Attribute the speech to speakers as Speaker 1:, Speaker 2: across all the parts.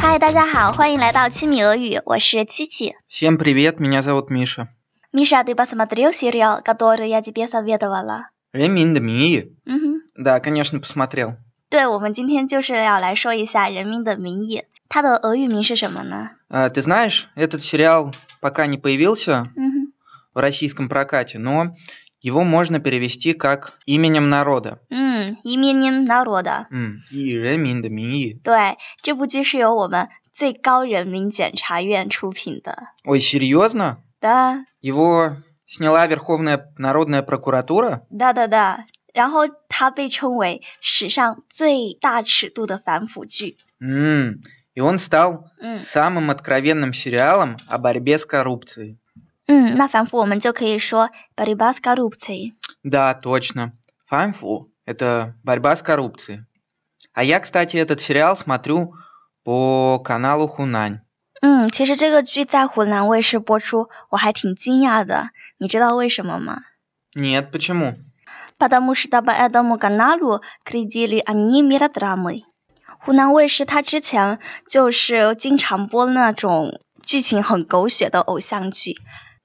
Speaker 1: 嗨，大家好，欢迎来到七米俄语，我是七七。
Speaker 2: Всем привет, меня зовут Миша.
Speaker 1: Миша, ты посмотрел сериал, который я тебе советовала?
Speaker 2: Ремин де Мии?
Speaker 1: 嗯哼，
Speaker 2: Да, конечно, посмотрел.
Speaker 1: 对，我们今天就是要来说一下《人民的名义》，它的俄语名是什么呢？
Speaker 2: А, ты знаешь, этот сериal пока не появился
Speaker 1: 嗯哼，
Speaker 2: в российском прокате, но его можно перевести как «Именем народа».
Speaker 1: 嗯，移民您哪罗的？
Speaker 2: М, И Ремин де Мии.
Speaker 1: 对，这部剧是由我们最高人民检察院出品的。
Speaker 2: Ой, серьезно?
Speaker 1: 哒
Speaker 2: Его сняла Верховная народная прокуратура?
Speaker 1: 哒哒哒，然后它被称为史上最大尺度的反腐剧。
Speaker 2: М, И он стал
Speaker 1: 嗯
Speaker 2: самым откровенным сериалом о борьбе с коррупцией.
Speaker 1: 嗯，那反腐我们就可以说 b a r i b a s k a r u p c i
Speaker 2: Да, точно. Фанфу – это борьба с коррупцией. А я, кстати, этот сериал смотрю по каналу Хунань.
Speaker 1: 嗯，其实这个剧在湖南卫视播出，我还挺惊讶的。你知道为什么吗？
Speaker 2: Нет, почему?
Speaker 1: Потому что по этому каналу кридили они мелодрамы。湖南卫视它之前就是经常播那种剧情很狗血的偶像剧，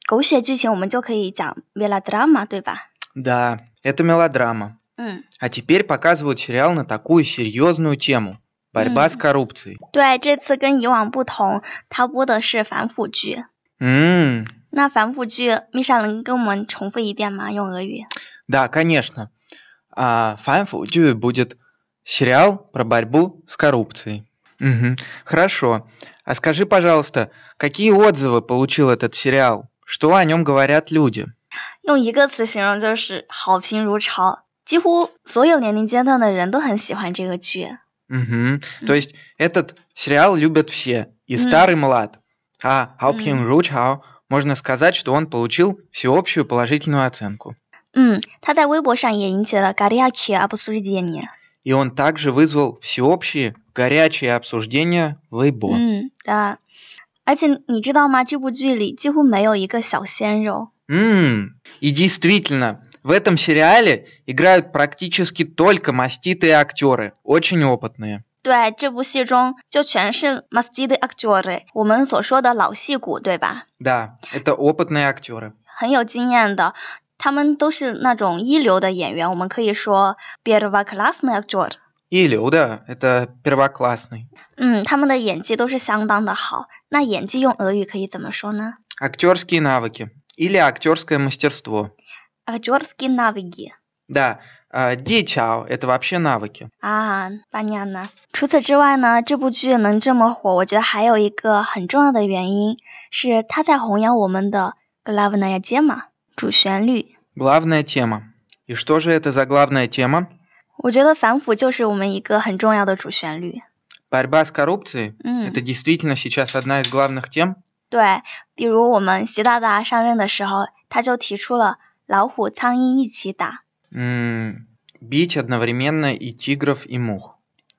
Speaker 1: 狗血剧情我们就可以讲 melodrama，对吧？
Speaker 2: Да, это мелодрама.
Speaker 1: 嗯，
Speaker 2: А теперь показывают сериал на такую серьезную тему – борьба с
Speaker 1: М.
Speaker 2: коррупцией.
Speaker 1: 对，这次跟以往不同，它播的是反腐剧。
Speaker 2: М,
Speaker 1: 那反腐剧，米莎能跟我们重复一遍吗？用俄语？
Speaker 2: Да, конечно. А Фанфу Дю будет сериал про борьбу с коррупцией. Мгм, Хорошо. А скажи, пожалуйста, какие отзывы получил этот сериал? Что о нем говорят люди?
Speaker 1: 用一个词形容就是好评如潮，几乎所有年龄阶段的人都很喜欢这个剧。Мгм.
Speaker 2: Мгм. То есть этот сериал любят все, и
Speaker 1: Мгм.
Speaker 2: старый, и млад. А Хаопин
Speaker 1: Мгм.
Speaker 2: Ручао, можно сказать, что он получил всеобщую положительную оценку.
Speaker 1: 嗯，他在微博上也引起了啊 g a r i a k i a b s u r d i n i
Speaker 2: И он также вызвал всеобщие горячие обсуждения в Weibo.
Speaker 1: 嗯的，而且你知道吗？这部剧里几乎没有一个小鲜肉。
Speaker 2: М, И действительно, в этом сериале играют практически только маститые актеры, очень опытные.
Speaker 1: 对，这部戏中就全是 masjid actor，我们所说的老戏骨，对吧？
Speaker 2: Да, это опытные актеры.
Speaker 1: 很有经验的，他们都是那种一流的演员，我们可以说 b e r v a k l a s n actor。
Speaker 2: И Люда – это первоклассный.
Speaker 1: 嗯，他们的演技都是相当的好。那演技用俄语可以怎么说呢
Speaker 2: Актерские навыки или актерское мастерство.
Speaker 1: a c t o r s k i n a v i g
Speaker 2: Да, а, ди чао – это вообще навыки.
Speaker 1: 啊，巴尼亚呢？除此之外呢，这部剧能这么火，我觉得还有一个很重要的原因是它在弘扬我们的 g l a v n a y a j e m a 主旋律。
Speaker 2: Главная тема. И что же это за главная тема?
Speaker 1: 我觉得反腐就是我们一个很重要的主旋律。
Speaker 2: Борьба с коррupцией –
Speaker 1: 嗯
Speaker 2: это，действительно сейчас одна из главных тем.
Speaker 1: 对，比如我们习大大上任的时候，他就提出了老虎、苍蝇一起打。
Speaker 2: М, Бить одновременно и тигров, и мух.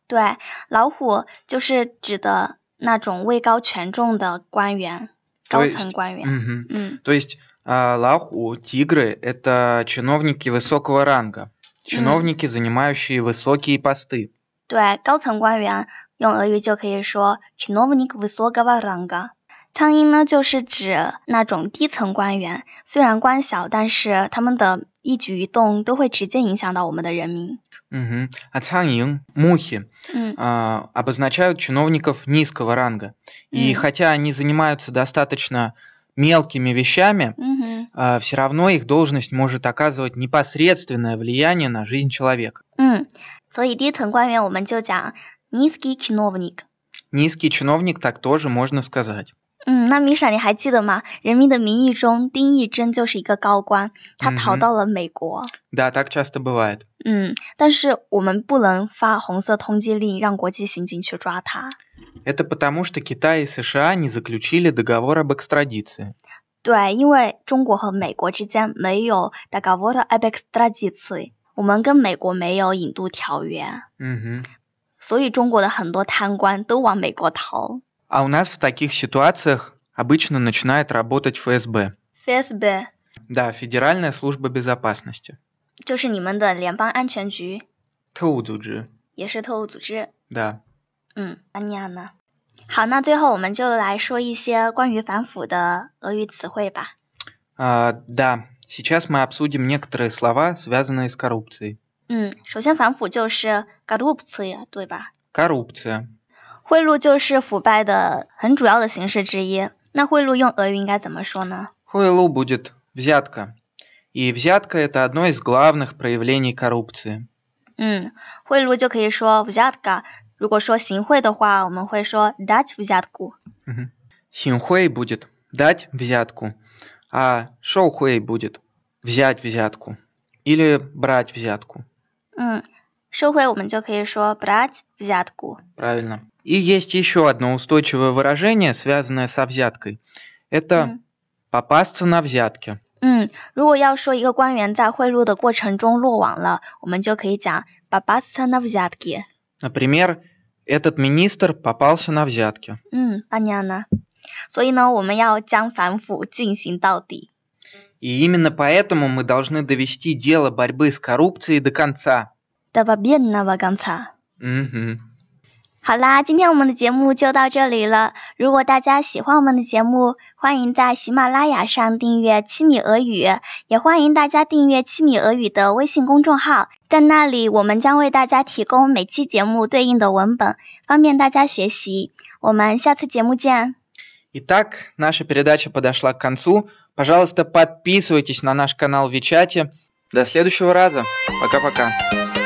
Speaker 1: 对，老虎就是指的那种位高权重的官员，高
Speaker 2: 对
Speaker 1: 层官员。
Speaker 2: Мгм.
Speaker 1: 嗯
Speaker 2: То есть а, лаху, тигры – это чиновники высокого ранга, чиновники, занимающие высокие посты.
Speaker 1: 对，高层官员用俄语就可以说 чиновник высокого ранга。苍蝇呢，就是指那种低层官员，虽然官小，但是他们的一举一动都会直接影响到我们的人民。
Speaker 2: Мгм. А цаньин, мухи,
Speaker 1: 嗯
Speaker 2: а, обозначают чиновников низкого ранга. И
Speaker 1: Мгм.
Speaker 2: хотя они занимаются достаточно мелкими вещами,
Speaker 1: 嗯哼，
Speaker 2: все равно их должность может оказывать непосредственное влияние на жизнь человека.
Speaker 1: 嗯，所以低层官员我们就讲 низкий чиновник。
Speaker 2: Низкий чиновник так тоже можно сказать.
Speaker 1: 嗯，那米莎，你还记得吗？《人民的名义》中，丁义珍就是一个高官，他逃
Speaker 2: 嗯哼
Speaker 1: 到了美国。
Speaker 2: Да, так часто бывает.
Speaker 1: 嗯，但是我们不能发红色通缉令，让国际刑警去抓他。
Speaker 2: Это потому, что Китай и США не заключили договор об экстрадиции.
Speaker 1: 对，因为中国和美国之间没有 договор о б е x т р а д и ц и 我们跟美国没有引渡条约，
Speaker 2: Мгм.
Speaker 1: 所以中国的很多贪官都往美国逃。
Speaker 2: А у нас в таких ситуациях обычно начинает работать ФСБ.
Speaker 1: FSB
Speaker 2: Да, Федеральная служба безопасности.
Speaker 1: 就是你们的联邦安全局，
Speaker 2: Тудуджи.
Speaker 1: 也是特务组织。
Speaker 2: Да.
Speaker 1: 嗯，安妮亚呢？好，那最后我们就来说一些关于反腐的俄语词汇吧。
Speaker 2: А, да, сейчас мы обсудим некоторые слова, связанные с коррупцией.
Speaker 1: 嗯，首先反腐就是 g a r u p t 呀，对吧？
Speaker 2: Коррупция.
Speaker 1: 贿赂就是腐败的很主要的形式之一。那贿赂用俄语应该怎么说呢？
Speaker 2: Хуэлу будет взятка. И взятка это одно из главных проявлений коррупции.
Speaker 1: 嗯，贿赂就可以说 взятка。如果说行贿的话，我们会说 дать взятку。
Speaker 2: Мгм. Синхуэй будет дать взятку, а шоухуэй будет взять взятку или брать взятку.
Speaker 1: 嗯，受贿我们就可以说 брать взятку。
Speaker 2: Правильно. И есть еще одно устойчивое выражение, связанное со взяткой. Это
Speaker 1: 嗯
Speaker 2: попасться на взятки.
Speaker 1: 嗯，如果要说一个官员在贿赂的过程中落网了，我们就可以讲 b a b a s t a na взятki。
Speaker 2: Например, этот министр попался на взятки.
Speaker 1: 嗯，八年呢？所以呢，我们要将反腐进行到底。
Speaker 2: И именно поэтому мы должны довести дело борьбы с коррупцией до конца.
Speaker 1: Da ba bien na va gan a
Speaker 2: Мгм.
Speaker 1: 好啦，今天我们的节目就到这里了。如果大家喜欢我们的节目，欢迎在喜马拉雅上订阅《七米俄语》，也欢迎大家订阅《七米俄语》的微信公众号，在那里我们将为大家提供每期节目对应的文本，方便大家学习。我们下次节目见。
Speaker 2: Итак, наша передача подошла к концу. Пожалуйста, подписывайтесь на наш канал в Вичате. До следующего раза. Пока-пока.